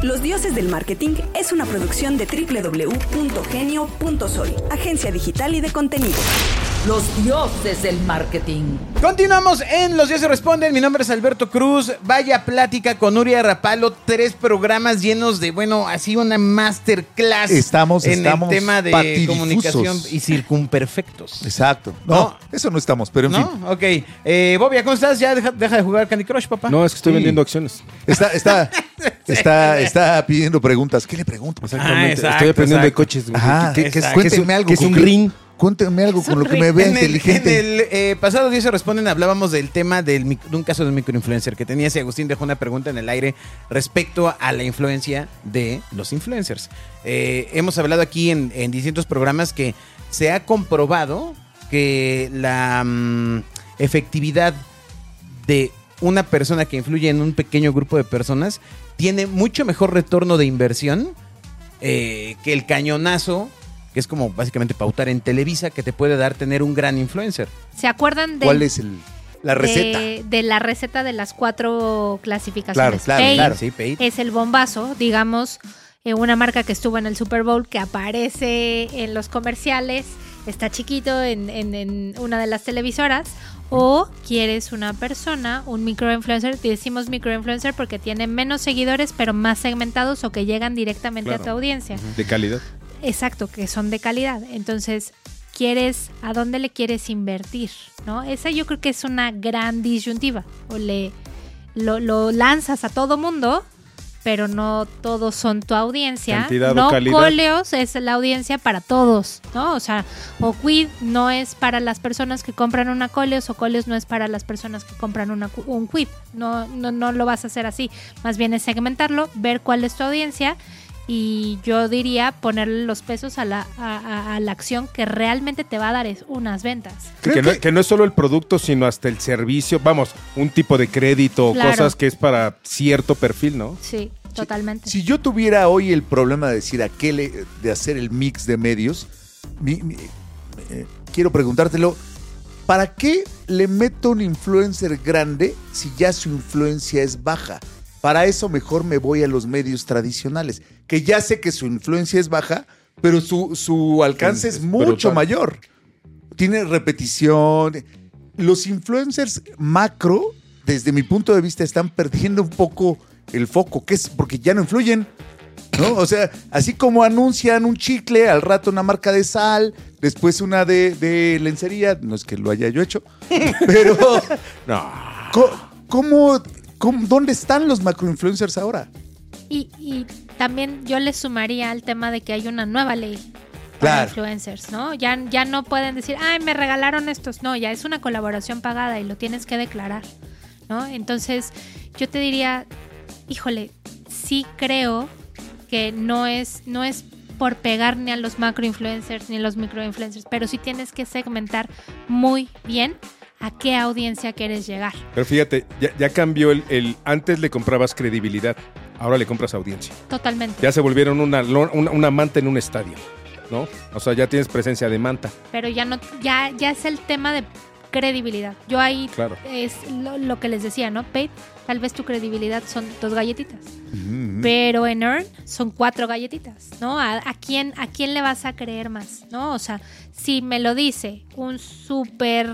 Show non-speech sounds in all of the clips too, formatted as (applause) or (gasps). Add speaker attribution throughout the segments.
Speaker 1: Los Dioses del Marketing es una producción de www.genio.soy, agencia digital y de contenido.
Speaker 2: Los dioses del marketing.
Speaker 3: Continuamos en Los Dioses Responden. Mi nombre es Alberto Cruz. Vaya plática con Nuria Rapalo. Tres programas llenos de, bueno, así una masterclass.
Speaker 4: Estamos-
Speaker 3: en
Speaker 4: estamos
Speaker 3: el tema de
Speaker 4: patidifusos.
Speaker 3: comunicación y circunperfectos.
Speaker 4: Exacto. No,
Speaker 3: No.
Speaker 4: eso no estamos, pero en fin.
Speaker 3: ¿No? Ok. Eh, Bobia, ¿cómo estás? Ya deja, deja de jugar Candy Crush, papá.
Speaker 5: No, es que estoy
Speaker 4: Sí. Ah,
Speaker 5: vendiendo acciones.
Speaker 4: Está,
Speaker 5: (laughs)
Speaker 4: está, está, está pidiendo preguntas. ¿Qué le pregunto? Pues,
Speaker 3: Ah,
Speaker 4: Exactamente.
Speaker 3: exacto,
Speaker 5: estoy aprendiendo
Speaker 3: exacto.
Speaker 5: de coches. güey.
Speaker 4: Ajá,
Speaker 5: ¿Qué- qué- qué es-
Speaker 3: exacto.
Speaker 5: qué es un-
Speaker 4: cuénteme algo.
Speaker 5: qué es
Speaker 4: con
Speaker 5: un
Speaker 4: que-
Speaker 5: ring?
Speaker 4: Cuénteme algo con lo que me vea
Speaker 3: En el-
Speaker 4: inteligente.
Speaker 3: En el, eh, pasado día se responden, hablábamos del tema del, mic- de un caso de un microinfluencer que tenía. Si Agustín dejó una pregunta en el aire respecto a la influencia de los influencers. Eh, hemos hablado aquí en, en distintos programas que se ha comprobado que la mm, efectividad de una persona que influye en un pequeño grupo de personas tiene mucho mejor retorno de inversión eh, que el cañonazo, que es como básicamente pautar en Televisa, que te puede dar tener un gran influencer.
Speaker 6: ¿Se acuerdan de,
Speaker 4: ¿Cuál es el- la
Speaker 3: Eh,
Speaker 6: de-
Speaker 4: receta?
Speaker 6: De, la receta de las cuatro
Speaker 4: Claro,
Speaker 6: clasificaciones?
Speaker 4: claro,
Speaker 6: Paid
Speaker 4: claro.
Speaker 3: Ah, Sí, paid.
Speaker 6: es el bombazo, digamos, eh, una marca que estuvo en el Super Bowl, que aparece en los comerciales, está chiquito en, en- en una de las televisoras. O quieres una persona, un microinfluencer, decimos microinfluencer porque tiene menos seguidores pero más segmentados o que llegan directamente a
Speaker 5: Claro.
Speaker 6: tu audiencia.
Speaker 5: De calidad.
Speaker 6: Exacto, que son de calidad. Entonces, quieres, ¿a dónde le quieres invertir? ¿No? Esa yo creo que es una gran disyuntiva. O le lo, lo lanzas a todo mundo, pero no todos son tu audiencia.
Speaker 5: Cantidad o
Speaker 6: no
Speaker 5: calidad.
Speaker 6: Coleos es la audiencia para todos, ¿no? O sea, o Quid no es para las personas que compran una Coleos o Coleos no es para las personas que compran una, cu- un Quid. No, no, no lo vas a hacer así. Más bien es segmentarlo, ver cuál es tu audiencia y yo diría ponerle los pesos a la, a, a- a la acción que realmente te va a dar es unas ventas.
Speaker 4: Creo
Speaker 5: Que,
Speaker 4: que-
Speaker 5: no, que no es solo el producto, sino hasta el servicio. Vamos, un tipo de crédito o
Speaker 6: Claro.
Speaker 5: cosas que es para cierto perfil, ¿no?
Speaker 6: Sí, totalmente.
Speaker 4: Si yo tuviera hoy el problema de decir a qué le- de hacer el mix de medios, mi- mi- eh, quiero preguntártelo, ¿para qué le meto un influencer grande si ya su influencia es baja? Para eso mejor me voy a los medios tradicionales, que ya sé que su influencia es baja, pero su, su alcance
Speaker 5: Es
Speaker 4: es mucho
Speaker 5: brutal.
Speaker 4: mayor. Tiene repetición. Los influencers macro, desde mi punto de vista, están perdiendo un poco el foco, que es porque ya no influyen. ¿No? O sea, así como anuncian un chicle, al rato una marca de sal, después una de, de lencería, no es que lo haya yo
Speaker 5: (laughs)
Speaker 4: hecho, pero
Speaker 5: No.
Speaker 4: co- ¿cómo, cómo- dónde están los macroinfluencers ahora?
Speaker 6: Y, y también yo le sumaría al tema de que hay una nueva ley para
Speaker 4: Claro.
Speaker 6: influencers, ¿no? Ya, ya no pueden decir, ay, me regalaron estos. No, ya es una colaboración pagada y lo tienes que declarar, ¿no? Entonces, yo te diría, híjole, sí creo que no es, no es por pegar ni a los macroinfluencers ni a los microinfluencers, pero sí tienes que segmentar muy bien a qué audiencia quieres llegar.
Speaker 5: Pero fíjate, ya, ya cambió el, el- Antes le comprabas credibilidad, ahora le compras audiencia.
Speaker 6: Totalmente.
Speaker 5: Ya se volvieron una, lo- una, una manta en un estadio, ¿no? O sea, ya tienes presencia de manta.
Speaker 6: pero ya no ya ya es el tema de credibilidad yo ahí
Speaker 5: Claro.
Speaker 6: es lo, lo que les decía no Pate tal vez tu credibilidad son dos galletitas pero en earn son cuatro galletitas no ¿A, a quién a quién le vas a creer más no o sea si me lo dice un super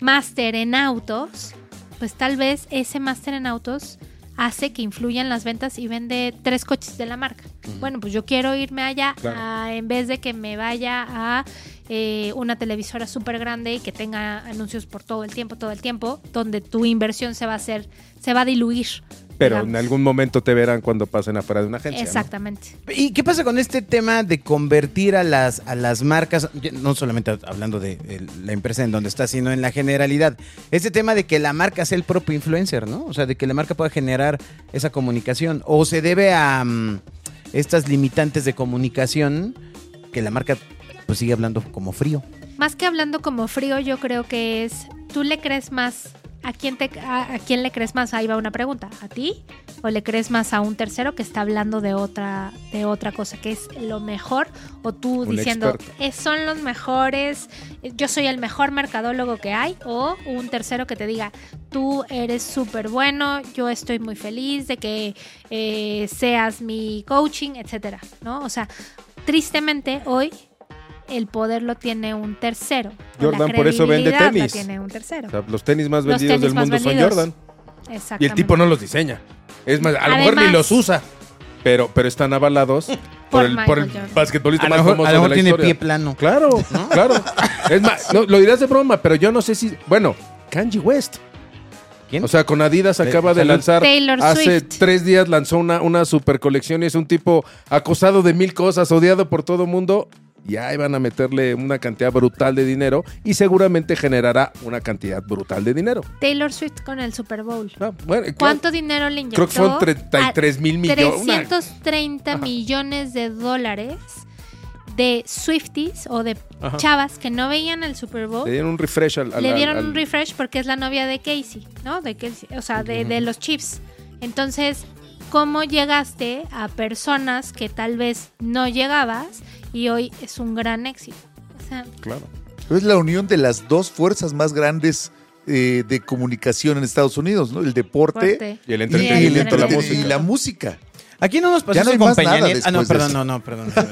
Speaker 6: máster en autos pues tal vez ese máster en autos hace que influyan las ventas y vende tres coches de la marca. Bueno, pues yo quiero irme allá
Speaker 5: Claro.
Speaker 6: a- en vez de que me vaya a eh, una televisora súper grande y que tenga anuncios por todo el tiempo, todo el tiempo, donde tu inversión se va a hacer, se va a diluir.
Speaker 5: Pero
Speaker 6: digamos.
Speaker 5: en algún momento te verán cuando pasen afuera de una agencia. ¿no?
Speaker 6: Exactamente.
Speaker 3: ¿Y qué pasa con este tema de convertir a las, a las marcas, ya no solamente hablando de eh, la empresa en donde está, sino en la generalidad? Este tema de que la marca sea el propio influencer, ¿no? O sea, de que la marca pueda generar esa comunicación. ¿O se debe a mm, estas limitantes de comunicación que la marca pues sigue hablando como frío?
Speaker 6: Más que hablando como frío, yo creo que es, ¿tú le crees más? ¿A quién, te, a, a quién le crees más? Ahí va una pregunta. ¿A ti o le crees más a un tercero que está hablando de otra, de otra cosa, que es lo mejor, o tú
Speaker 5: Un
Speaker 6: diciendo,
Speaker 5: experto.
Speaker 6: "Eh, son los mejores, eh, yo soy el mejor mercadólogo que hay, o un tercero que te diga, tú eres súper bueno, yo estoy muy feliz de que eh, seas mi coaching, etcétera, ¿no? O sea, tristemente hoy el poder lo tiene un tercero. o la
Speaker 5: Jordan por eso vende
Speaker 6: credibilidad la
Speaker 5: tenis.
Speaker 6: tiene un tercero.
Speaker 5: O sea, los tenis más
Speaker 6: Los
Speaker 5: vendidos
Speaker 6: tenis
Speaker 5: del
Speaker 6: más
Speaker 5: mundo son
Speaker 6: vendidos.
Speaker 5: Jordan. Y el
Speaker 6: Exactamente.
Speaker 5: tipo no los diseña. Es más, a lo mejor ni
Speaker 6: Además-
Speaker 5: los usa. Pero, pero están
Speaker 6: (laughs)
Speaker 5: avalados por,
Speaker 6: Por
Speaker 5: el,
Speaker 6: Michael
Speaker 5: por el
Speaker 6: Jordan.
Speaker 5: basquetbolista
Speaker 3: A lo
Speaker 5: más
Speaker 3: mejor,
Speaker 5: famoso
Speaker 3: a lo
Speaker 5: de
Speaker 3: mejor
Speaker 5: la
Speaker 3: tiene
Speaker 5: historia.
Speaker 3: pie plano. (laughs)
Speaker 5: Claro, claro. Es más, no, lo dirás de broma, pero yo no sé si. Bueno, Kanye West.
Speaker 3: ¿Quién?
Speaker 5: O sea, con Adidas
Speaker 3: Eh,
Speaker 5: acaba de
Speaker 3: salud.
Speaker 5: lanzar.
Speaker 6: Taylor
Speaker 5: hace
Speaker 6: Swift.
Speaker 5: tres días lanzó una, una super colección y es un tipo acosado de mil cosas, odiado por todo mundo. Y ahí van a meterle una cantidad brutal de dinero y seguramente generará una cantidad brutal de dinero.
Speaker 6: Taylor Swift con el Super Bowl.
Speaker 5: No, bueno, claro.
Speaker 6: ¿Cuánto dinero le inyectó?
Speaker 5: Ah, Creo que fueron 33 mil millones. Una-
Speaker 6: 330 millones de dólares de Swifties o de
Speaker 5: Ajá.
Speaker 6: chavas que no veían el Super Bowl.
Speaker 5: Le dieron un refresh al. al-
Speaker 6: le
Speaker 5: al-
Speaker 6: dieron
Speaker 5: al-
Speaker 6: un refresh porque es la novia de Casey, ¿no? De Kelsey, o sea, de, de los chips. Entonces, ¿cómo llegaste a personas que tal vez no llegabas y hoy es un gran éxito? O sea,
Speaker 5: Claro.
Speaker 4: Es la unión de las dos fuerzas más grandes eh, de comunicación en Estados Unidos, ¿no? El deporte
Speaker 6: fuerte.
Speaker 5: Y el
Speaker 4: y,
Speaker 5: entretenimiento,
Speaker 4: el
Speaker 5: la
Speaker 4: entreten-
Speaker 5: música.
Speaker 4: y la música.
Speaker 3: Aquí no nos pasó
Speaker 4: Ya no
Speaker 3: eso
Speaker 4: hay
Speaker 3: con
Speaker 4: más
Speaker 3: Peña
Speaker 4: nada
Speaker 3: Nieto. Ah, no,
Speaker 4: después de
Speaker 3: perdón,
Speaker 4: esto.
Speaker 3: no, no, perdón. perdón.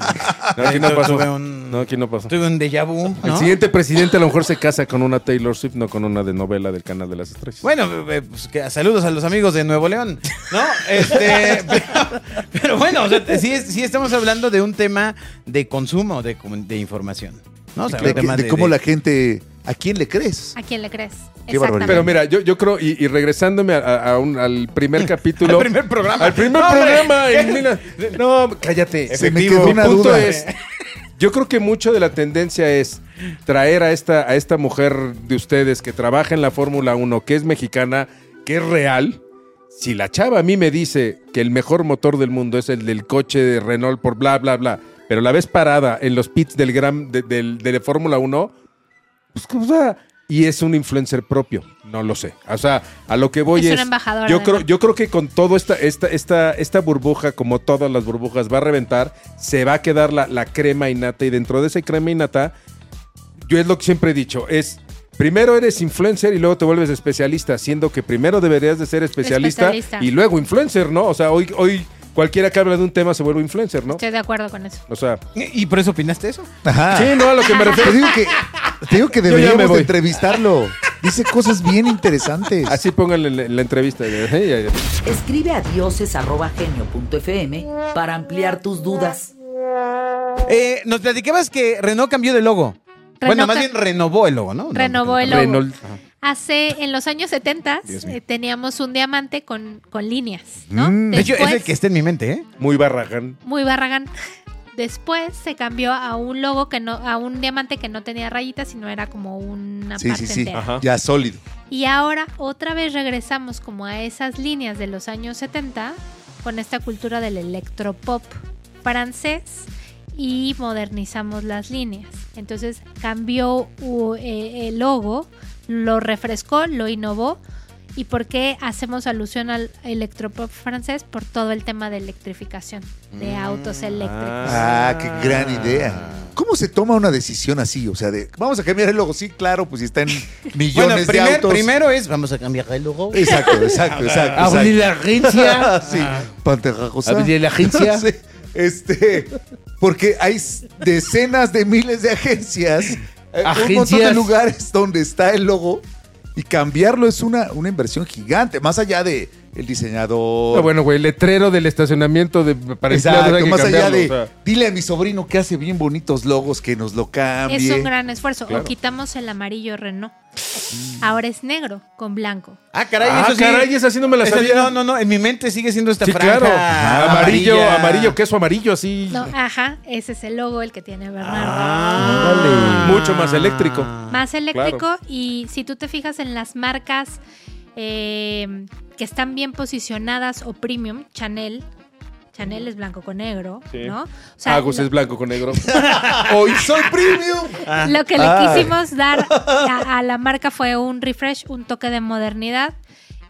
Speaker 5: No, aquí no
Speaker 3: Tu-
Speaker 5: pasó.
Speaker 3: Tuve un,
Speaker 5: No, aquí no pasó.
Speaker 3: tuve un déjà vu.
Speaker 5: El
Speaker 3: ¿no?
Speaker 5: siguiente presidente a lo mejor se casa con una Taylor Swift, no con una de novela del canal de las estrellas.
Speaker 3: Bueno, eh, pues, que- saludos a los amigos de Nuevo León, ¿no? Este, (laughs) pero, pero bueno, o sea, sí, es- sí estamos hablando de un tema de consumo de, comun- de información, ¿no? O sea,
Speaker 4: de,
Speaker 3: un tema
Speaker 4: que- de cómo la gente. ¿A quién le crees?
Speaker 6: ¿a quién le crees?
Speaker 4: Qué barbaridad.
Speaker 5: Pero mira, yo, yo creo, y, y regresándome a- a- a un- (laughs) al primer capítulo.
Speaker 3: Al primer programa.
Speaker 5: Al primer
Speaker 3: ¡No, hombre!
Speaker 5: programa. (laughs) y mira, no, cállate.
Speaker 4: Se me quedó
Speaker 5: Mi
Speaker 4: una
Speaker 5: punto
Speaker 4: duda.
Speaker 5: es, yo creo que mucho de la tendencia es traer a esta, a esta mujer de ustedes que trabaja en la Fórmula 1, que es mexicana, que es real. Si la chava a mí me dice que el mejor motor del mundo es el del coche de Renault por bla, bla, bla, pero la ves parada en los pits del gran, de, del- de la Fórmula 1, pues, o sea, y es un influencer propio, no lo sé. O sea, a lo que voy
Speaker 6: Es
Speaker 5: es.
Speaker 6: una embajadora,
Speaker 5: Yo creo,
Speaker 6: además.
Speaker 5: yo creo que con todo esta, esta, esta, esta burbuja, como todas las burbujas, va a reventar, se va a quedar la, la crema innata. Y dentro de esa crema innata, yo es lo que siempre he dicho, es. Primero eres influencer y luego te vuelves especialista, siendo que primero deberías de ser especialista,
Speaker 6: Especialista.
Speaker 5: y luego influencer, ¿no? O sea, hoy, hoy cualquiera que habla de un tema se vuelve influencer, ¿no?
Speaker 6: Estoy de acuerdo con eso.
Speaker 5: O sea,
Speaker 3: ¿Y por eso opinaste eso?
Speaker 4: Ajá.
Speaker 5: sí, no, a lo que me refiero.
Speaker 4: Te digo que, te digo que
Speaker 5: ya me
Speaker 4: deberíamos de
Speaker 5: voy.
Speaker 4: entrevistarlo. Dice cosas bien interesantes.
Speaker 5: Así pónganle en la, en la entrevista.
Speaker 2: Escribe a dioses.genio.fm para ampliar tus dudas.
Speaker 3: Eh, nos platicabas que Renault cambió de logo. bueno,
Speaker 6: Renault
Speaker 3: más
Speaker 6: cam-
Speaker 3: bien renovó el logo, ¿no? No,
Speaker 6: Renovó
Speaker 3: no,
Speaker 6: el logo.
Speaker 5: Renault.
Speaker 6: Hace, en los años 70
Speaker 3: Dios mío.
Speaker 6: eh, teníamos un diamante con, con líneas, ¿no?
Speaker 4: Mm.
Speaker 3: De hecho, es el
Speaker 6: Después-
Speaker 3: que está en mi mente, ¿eh?
Speaker 5: Muy barragán.
Speaker 6: muy Barragán. (laughs) Después se cambió a un logo que no, a un diamante que no tenía rayitas, sino era como una
Speaker 4: Sí,
Speaker 6: parte
Speaker 4: sí, sí.
Speaker 6: entera.
Speaker 5: Ajá.
Speaker 4: Ya sólido.
Speaker 6: Y ahora otra vez regresamos como a esas líneas de los años 70 con esta cultura del electropop francés y modernizamos las líneas. Entonces cambió uh, eh, el logo, lo refrescó, lo innovó. ¿Y por qué hacemos alusión al electropop francés? Por todo el tema de electrificación, de autos eléctricos.
Speaker 4: Ah, qué gran idea. ¿Cómo se toma una decisión así? O sea, de vamos a cambiar el logo. Sí, claro, pues si
Speaker 7: (laughs)
Speaker 4: están millones
Speaker 3: Bueno,
Speaker 4: de
Speaker 3: primer-
Speaker 4: autos.
Speaker 3: primero es, vamos a cambiar el logo.
Speaker 4: Exacto, exacto, exacto.
Speaker 7: Ah, Abrir
Speaker 4: exacto.
Speaker 7: la
Speaker 5: (laughs)
Speaker 7: agencia.
Speaker 4: (laughs)
Speaker 7: Ah.
Speaker 4: sí, Pantera Rosa.
Speaker 7: Abrir la agencia.
Speaker 4: (laughs) Sí, Este, porque hay s- decenas de miles de agencias, eh, un montón de
Speaker 7: Agencias.
Speaker 4: lugares donde está el logo y cambiarlo es una, una inversión gigante, más allá de el diseñador.
Speaker 5: No, bueno, güey, letrero del estacionamiento de, para empleados hay
Speaker 4: Exacto,
Speaker 5: que
Speaker 4: más allá
Speaker 5: cambiarlo,
Speaker 4: de
Speaker 5: o sea.
Speaker 4: dile a mi sobrino que hace bien bonitos logos que nos lo cambie.
Speaker 6: Es un gran esfuerzo.
Speaker 5: Claro.
Speaker 6: O quitamos el amarillo Renault. Ahora es negro con blanco.
Speaker 3: Ah, caray,
Speaker 5: Ah,
Speaker 3: eso sí.
Speaker 5: caray, esa sí no me la
Speaker 3: Esa sí,
Speaker 5: sabía.
Speaker 3: No, no, no, en mi mente sigue siendo esta
Speaker 5: Sí,
Speaker 3: franja
Speaker 5: claro. amarillo,
Speaker 3: amarilla.
Speaker 5: amarillo, queso amarillo, así.
Speaker 6: No, ajá, ese es el logo el que tiene Bernardo.
Speaker 3: Ah.
Speaker 5: Ándale. Mucho más eléctrico.
Speaker 6: Más eléctrico
Speaker 5: claro.
Speaker 6: y si tú te fijas en las marcas eh, que están bien posicionadas o premium, Chanel, Chanel es blanco con negro,
Speaker 5: Sí.
Speaker 6: ¿no? O sea,
Speaker 5: Agus
Speaker 6: lo-
Speaker 5: Ah, es blanco con
Speaker 6: (laughs)
Speaker 5: negro.
Speaker 4: (laughs) Hoy soy premium.
Speaker 6: Lo que le
Speaker 5: Ah.
Speaker 4: Ay.
Speaker 5: (laughs)
Speaker 6: quisimos dar a, a la marca fue un refresh, un toque de modernidad.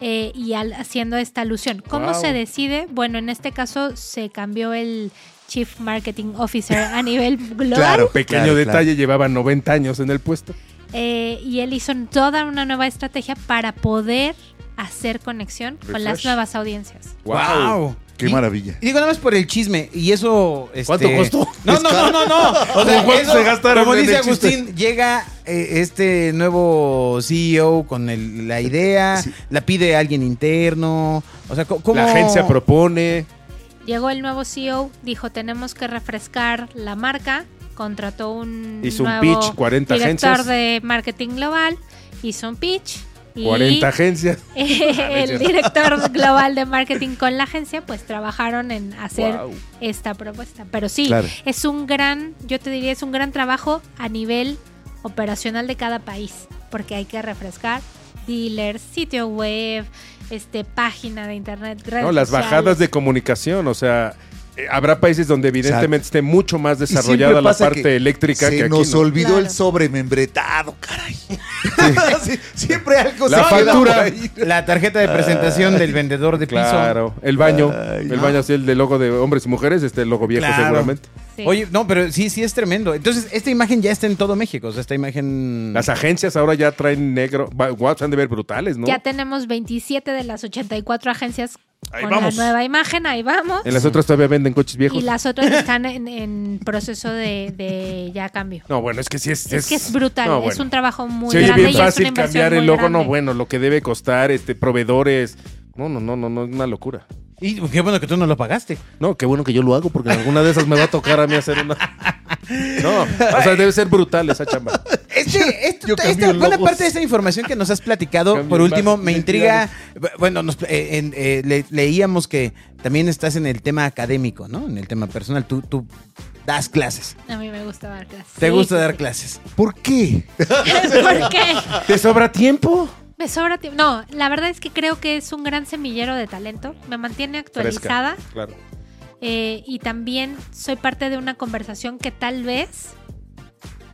Speaker 6: eh, y al- haciendo esta alusión. ¿Cómo
Speaker 5: Wow.
Speaker 6: se decide? Bueno, en este caso se cambió el Chief Marketing Officer a nivel global.
Speaker 4: Claro.
Speaker 5: Pequeño
Speaker 4: Claro,
Speaker 5: detalle, llevaba 90 años en el puesto.
Speaker 6: Eh, y él hizo toda una nueva estrategia para poder hacer conexión con las
Speaker 5: Refresh.
Speaker 6: nuevas audiencias.
Speaker 5: Wow.
Speaker 4: Qué
Speaker 3: Y-
Speaker 4: maravilla.
Speaker 3: Y digo nada más por el chisme. Y eso. este-
Speaker 4: ¿Cuánto costó?
Speaker 3: No, no, no, no.
Speaker 5: (laughs)
Speaker 3: no. O sea,
Speaker 5: ¿Cuánto
Speaker 3: eso,
Speaker 5: se gastaron
Speaker 3: Como
Speaker 5: en
Speaker 3: dice
Speaker 5: el chiste?
Speaker 3: Agustín, llega eh, este nuevo CEO con el- la idea,
Speaker 4: Sí.
Speaker 3: la pide alguien interno. O sea, co- ¿cómo.
Speaker 5: La agencia propone.
Speaker 6: Llegó el nuevo CEO, dijo tenemos que refrescar la marca, contrató un
Speaker 5: Hizo un
Speaker 6: nuevo
Speaker 5: pitch, 40
Speaker 6: director
Speaker 5: agencias.
Speaker 6: de marketing global, hizo un pitch y
Speaker 5: 40 agencias. (laughs)
Speaker 6: el director global de marketing con la agencia pues trabajaron en hacer
Speaker 5: Wow.
Speaker 6: esta propuesta. Pero sí,
Speaker 4: Claro.
Speaker 6: es un gran, yo te diría, es un gran trabajo a nivel operacional de cada país, porque hay que refrescar dealers, sitio web, este página de internet, redes
Speaker 5: No, las bajadas de comunicación, o sea, eh, habrá países donde evidentemente esté mucho más
Speaker 4: Y siempre
Speaker 5: desarrollada la
Speaker 4: pasa
Speaker 5: parte
Speaker 4: que
Speaker 5: eléctrica
Speaker 4: se
Speaker 5: que aquí.
Speaker 4: nos
Speaker 5: ¿no?
Speaker 4: olvidó
Speaker 6: Claro.
Speaker 4: el sobre membretado, caray. (laughs) Sí, siempre algo
Speaker 5: La
Speaker 4: se queda
Speaker 5: factura.
Speaker 4: por ahí.
Speaker 3: La tarjeta de presentación del vendedor de piso.
Speaker 5: Claro, el baño,
Speaker 4: Ay,
Speaker 5: el
Speaker 4: no.
Speaker 5: baño así el de logo de hombres y mujeres, este logo viejo
Speaker 3: Claro.
Speaker 5: seguramente.
Speaker 6: Sí.
Speaker 3: Oye, no, pero sí, sí es tremendo. Entonces, esta imagen ya está en todo México. O sea, esta imagen.
Speaker 5: Las agencias ahora ya traen negro, va- guau, se han de ver brutales, ¿no?
Speaker 6: Ya tenemos 27 de las 84 agencias
Speaker 5: Ahí
Speaker 6: con
Speaker 5: vamos.
Speaker 6: la nueva imagen, ahí vamos.
Speaker 5: En las otras todavía venden coches
Speaker 6: Y
Speaker 5: viejos.
Speaker 6: las otras están en, en proceso de, de ya cambio.
Speaker 5: No, bueno, es que sí es
Speaker 6: Es, que es brutal,
Speaker 5: no,
Speaker 6: es
Speaker 5: bueno.
Speaker 6: un trabajo muy
Speaker 5: Se oye
Speaker 6: grande.
Speaker 5: bien
Speaker 6: y es una
Speaker 5: fácil
Speaker 6: inversión
Speaker 5: cambiar el
Speaker 6: muy
Speaker 5: logo, no,
Speaker 6: grande.
Speaker 5: bueno, lo que debe costar, este, proveedores. No, no, no, no, no, es una locura.
Speaker 3: Y pues, qué bueno que tú no lo pagaste.
Speaker 5: No, qué bueno que yo lo hago porque en alguna de esas me va a tocar a mí hacer una. (laughs) No, o sea, debe ser brutal esa chamba.
Speaker 3: Este, esto-
Speaker 4: yo cambio
Speaker 3: esta buena
Speaker 4: logos.
Speaker 3: parte de esta información que nos has platicado,
Speaker 5: Cambio
Speaker 3: por último,
Speaker 5: más
Speaker 3: me intriga.
Speaker 5: identidades.
Speaker 3: Bueno, nos, eh, en- eh, le- leíamos que también estás en el tema académico, ¿no? En el tema personal. Tú, tú das clases.
Speaker 6: A mí me gusta dar clases.
Speaker 3: Te
Speaker 6: Sí,
Speaker 3: gusta
Speaker 6: sí,
Speaker 3: dar
Speaker 6: sí.
Speaker 3: clases.
Speaker 4: ¿Por qué?
Speaker 6: (laughs) ¿Por qué?
Speaker 5: (laughs) ¿Te sobra tiempo?
Speaker 6: Me sobra tiempo. No, la verdad es que creo que es un gran semillero de talento. Me mantiene actualizada
Speaker 5: Fresca, Claro.
Speaker 6: eh, y también soy parte de una conversación que tal vez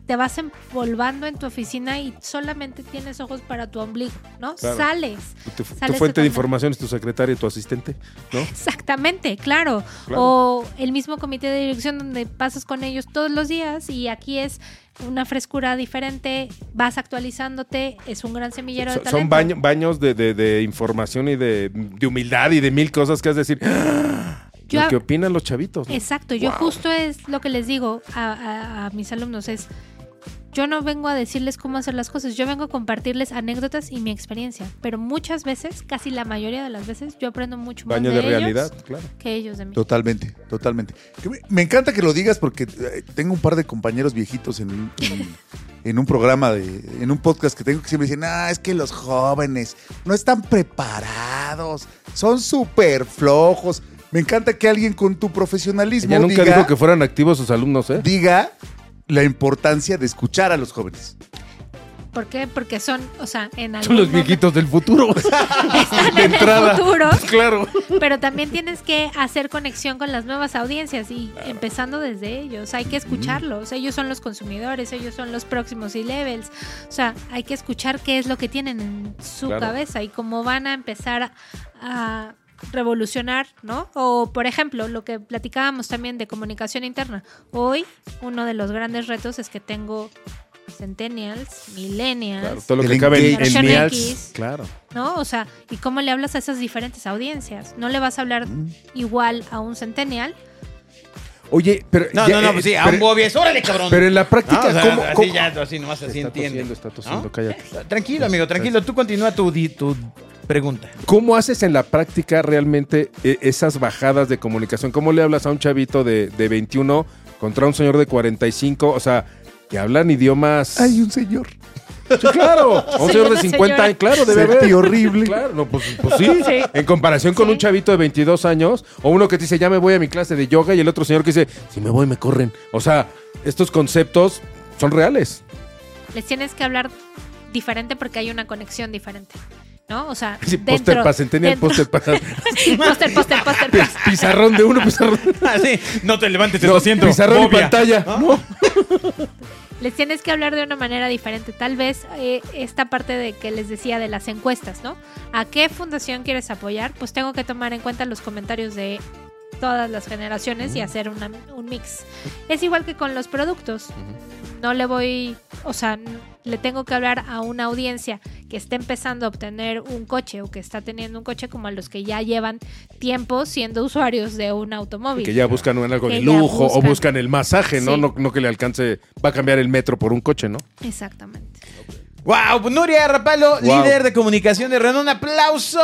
Speaker 6: te vas empolvando en tu oficina y solamente tienes ojos para tu ombligo, ¿no?
Speaker 5: Claro.
Speaker 6: Sales.
Speaker 5: Tu, tu
Speaker 6: Sales
Speaker 5: fuente de
Speaker 6: totalmente.
Speaker 5: información es tu secretario, tu asistente, ¿no?
Speaker 6: Exactamente, claro.
Speaker 5: Claro.
Speaker 6: O el mismo comité de dirección donde pasas con ellos todos los días y aquí es una frescura diferente, vas actualizándote, es un gran semillero de
Speaker 5: Son-
Speaker 6: talento.
Speaker 5: son baño- baños de, de- de información y de, de humildad y de mil cosas que has de decir. ¡Ah! (gasps)
Speaker 6: Yo-
Speaker 5: Lo que opinan los chavitos. ¿no?
Speaker 6: Exacto, yo
Speaker 5: Wow.
Speaker 6: justo es lo que les digo a, a- a mis alumnos, es yo no vengo a decirles cómo hacer las cosas, yo vengo a compartirles anécdotas y mi experiencia, pero muchas veces, casi la mayoría de las veces, yo aprendo mucho más
Speaker 5: Baño
Speaker 6: de,
Speaker 5: de
Speaker 6: ellos
Speaker 5: realidad, claro.
Speaker 6: que ellos de mí.
Speaker 4: Totalmente, totalmente. Que me- Me encanta que lo digas porque eh, tengo un par de compañeros viejitos en, un- en- en un programa, de, en un podcast que tengo que siempre dicen, ah, es que los jóvenes no están preparados, son súper flojos. Me encanta que alguien con tu profesionalismo
Speaker 5: Ella nunca
Speaker 4: diga,
Speaker 5: dijo que fueran activos sus alumnos, ¿eh?
Speaker 4: diga la importancia de escuchar a los jóvenes.
Speaker 6: ¿Por qué? Porque son, o sea, en algún
Speaker 5: Son los
Speaker 6: momento-
Speaker 5: viejitos del futuro.
Speaker 3: (laughs)
Speaker 6: (laughs) están
Speaker 5: de
Speaker 6: en
Speaker 5: entrada. (laughs)
Speaker 6: el futuro,
Speaker 5: claro.
Speaker 6: pero también tienes que hacer conexión con las nuevas audiencias y empezando desde ellos. Hay que escucharlos. Ellos son los consumidores, ellos son los próximos e-levels. O sea, hay que escuchar qué es lo que tienen en su
Speaker 5: Claro.
Speaker 6: cabeza y cómo van a empezar a, a revolucionar, ¿no? O, por ejemplo, lo que platicábamos también de comunicación interna. Hoy, uno de los grandes retos es que tengo centennials, millennials,
Speaker 5: Claro, Todo lo
Speaker 4: El
Speaker 5: que cabe en,
Speaker 6: engagement.
Speaker 5: en Nials.
Speaker 6: X.
Speaker 5: Claro.
Speaker 6: ¿no? O sea, ¿y cómo le hablas a esas diferentes audiencias? No le vas a hablar igual a un centennial.
Speaker 5: Oye, pero.
Speaker 3: No,
Speaker 5: ya,
Speaker 3: no, no,
Speaker 5: eh,
Speaker 3: pues sí, a un
Speaker 5: pero,
Speaker 3: Bobby es, órale, cabrón.
Speaker 5: pero en la práctica,
Speaker 3: No, o sea,
Speaker 5: ¿cómo-
Speaker 3: así
Speaker 5: cómo-
Speaker 3: ya, así nomás así
Speaker 5: Está
Speaker 3: entiende.
Speaker 5: tosiendo, está tosiendo,
Speaker 3: ¿No?
Speaker 5: cállate.
Speaker 3: Tranquilo, amigo, tranquilo. Tú continúa tu, di- tu pregunta. (laughs)
Speaker 5: ¿Cómo haces en la práctica realmente eh, esas bajadas de comunicación? ¿Cómo le hablas a un chavito de, de 21 contra un señor de 45? O sea, que hablan idiomas.
Speaker 4: Hay un señor.
Speaker 5: Sí,
Speaker 6: (laughs)
Speaker 5: claro. A un señor de
Speaker 6: Señora,
Speaker 5: 50
Speaker 6: señora.
Speaker 5: años, claro, debe
Speaker 4: Sentí
Speaker 5: haber.
Speaker 4: horrible.
Speaker 5: Claro, no, pues, pues sí.
Speaker 6: (laughs) Sí.
Speaker 5: En comparación con
Speaker 6: Sí.
Speaker 5: un chavito de 22 años, o uno que te dice, ya me voy a mi clase de yoga, y el otro señor que dice, si me voy, me corren. O sea, estos conceptos son reales. (laughs)
Speaker 6: Les tienes que hablar diferente porque hay una conexión diferente. ¿No? O sea,
Speaker 5: Sí,
Speaker 6: dentro,
Speaker 5: póster para Centennial,
Speaker 6: dentro-
Speaker 5: póster
Speaker 6: (laughs)
Speaker 5: para.
Speaker 6: póster, póster,
Speaker 5: (laughs)
Speaker 6: póster,
Speaker 5: Pi-
Speaker 6: póster.
Speaker 5: (laughs) Pizarrón
Speaker 3: Ah,
Speaker 5: de uno, pizarrón.
Speaker 4: Este
Speaker 3: Así, no te levantes,
Speaker 6: Ah.
Speaker 5: No, Pizarrón y pantalla. No.
Speaker 6: les tienes que hablar de una manera diferente. Tal vez eh, esta parte de que les decía de las encuestas, ¿no? ¿A qué fundación quieres apoyar? Pues tengo que tomar en cuenta los comentarios de todas las generaciones y hacer una- un mix. Es igual que con los productos. No le voy, o sea, n- le tengo que hablar a una audiencia que está empezando a obtener un coche o que está teniendo un coche como a los que ya llevan tiempo siendo usuarios de un automóvil.
Speaker 5: Que ya buscan un algo de
Speaker 6: Que ya
Speaker 5: lujo o
Speaker 6: buscan.
Speaker 5: buscan el masaje, ¿no?
Speaker 6: Sí.
Speaker 5: ¿no? No que le alcance, va a cambiar el metro por un coche, ¿no?
Speaker 6: Exactamente.
Speaker 3: ¡Wow! pues, Nuria Rapalo,
Speaker 5: Guau.
Speaker 3: líder de comunicación de Renault, un aplauso.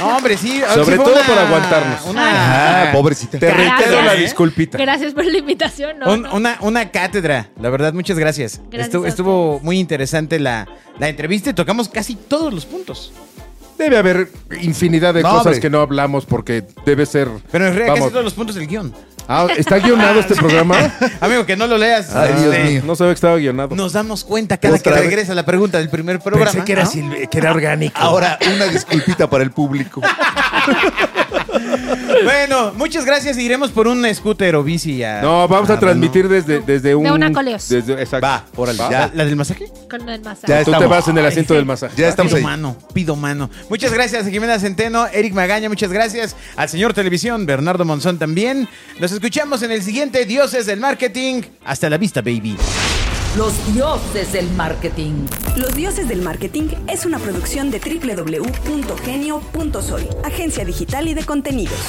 Speaker 3: No, hombre, sí. ahora
Speaker 5: Sobre
Speaker 3: sí fue
Speaker 5: todo por aguantarnos.
Speaker 3: una-
Speaker 4: Ah, pobrecita.
Speaker 5: Ah, Te reitero
Speaker 6: Gracias,
Speaker 5: la
Speaker 6: ¿eh?
Speaker 5: disculpita.
Speaker 6: Gracias por la invitación. No,
Speaker 3: Un-
Speaker 6: no.
Speaker 3: una, una cátedra, la verdad, muchas gracias.
Speaker 6: Gracias
Speaker 3: estuvo
Speaker 6: a
Speaker 3: estuvo muy interesante la, la entrevista y tocamos casi todos los puntos.
Speaker 5: Debe haber infinidad de
Speaker 4: No,
Speaker 5: cosas
Speaker 4: hombre.
Speaker 5: que no hablamos porque debe ser.
Speaker 3: Pero en realidad,
Speaker 5: Vamos.
Speaker 3: casi todos los puntos del guión.
Speaker 5: Ah, ¿Está guionado este
Speaker 4: (laughs)
Speaker 5: programa?
Speaker 3: Amigo, que no lo leas.
Speaker 4: Ay, Dios
Speaker 3: este,
Speaker 4: mío.
Speaker 5: No sabía que estaba guionado.
Speaker 3: Nos damos cuenta cada
Speaker 4: Otra
Speaker 3: que
Speaker 4: vez.
Speaker 3: regresa la pregunta del primer programa. ¿no?
Speaker 5: que era orgánico.
Speaker 4: Ahora, una disculpita para el público.
Speaker 5: (laughs)
Speaker 3: Bueno, muchas gracias. Iremos por un scooter o bici. A,
Speaker 5: No, vamos a
Speaker 3: Renault.
Speaker 5: transmitir desde, desde un.
Speaker 6: una Coleos.
Speaker 5: desde- exacto.
Speaker 4: Ah, Va, órale,
Speaker 5: Va.
Speaker 4: ya.
Speaker 3: ¿La del masaje?
Speaker 6: Con el masaje.
Speaker 4: Ya
Speaker 5: Tú te
Speaker 4: estamos.
Speaker 5: vas en el asiento del masaje.
Speaker 4: Ya estamos
Speaker 3: pido
Speaker 4: ahí.
Speaker 3: mano, pido mano. Muchas gracias, Jimena Centeno, Eric Magaña, muchas gracias al señor Televisión, Bernardo Monzón también. Nos escuchamos en el siguiente Dioses del Marketing. Hasta la vista, baby.
Speaker 2: Los dioses del marketing.
Speaker 1: Los Dioses del Marketing es una producción de www.genio.sol, agencia digital y de contenidos.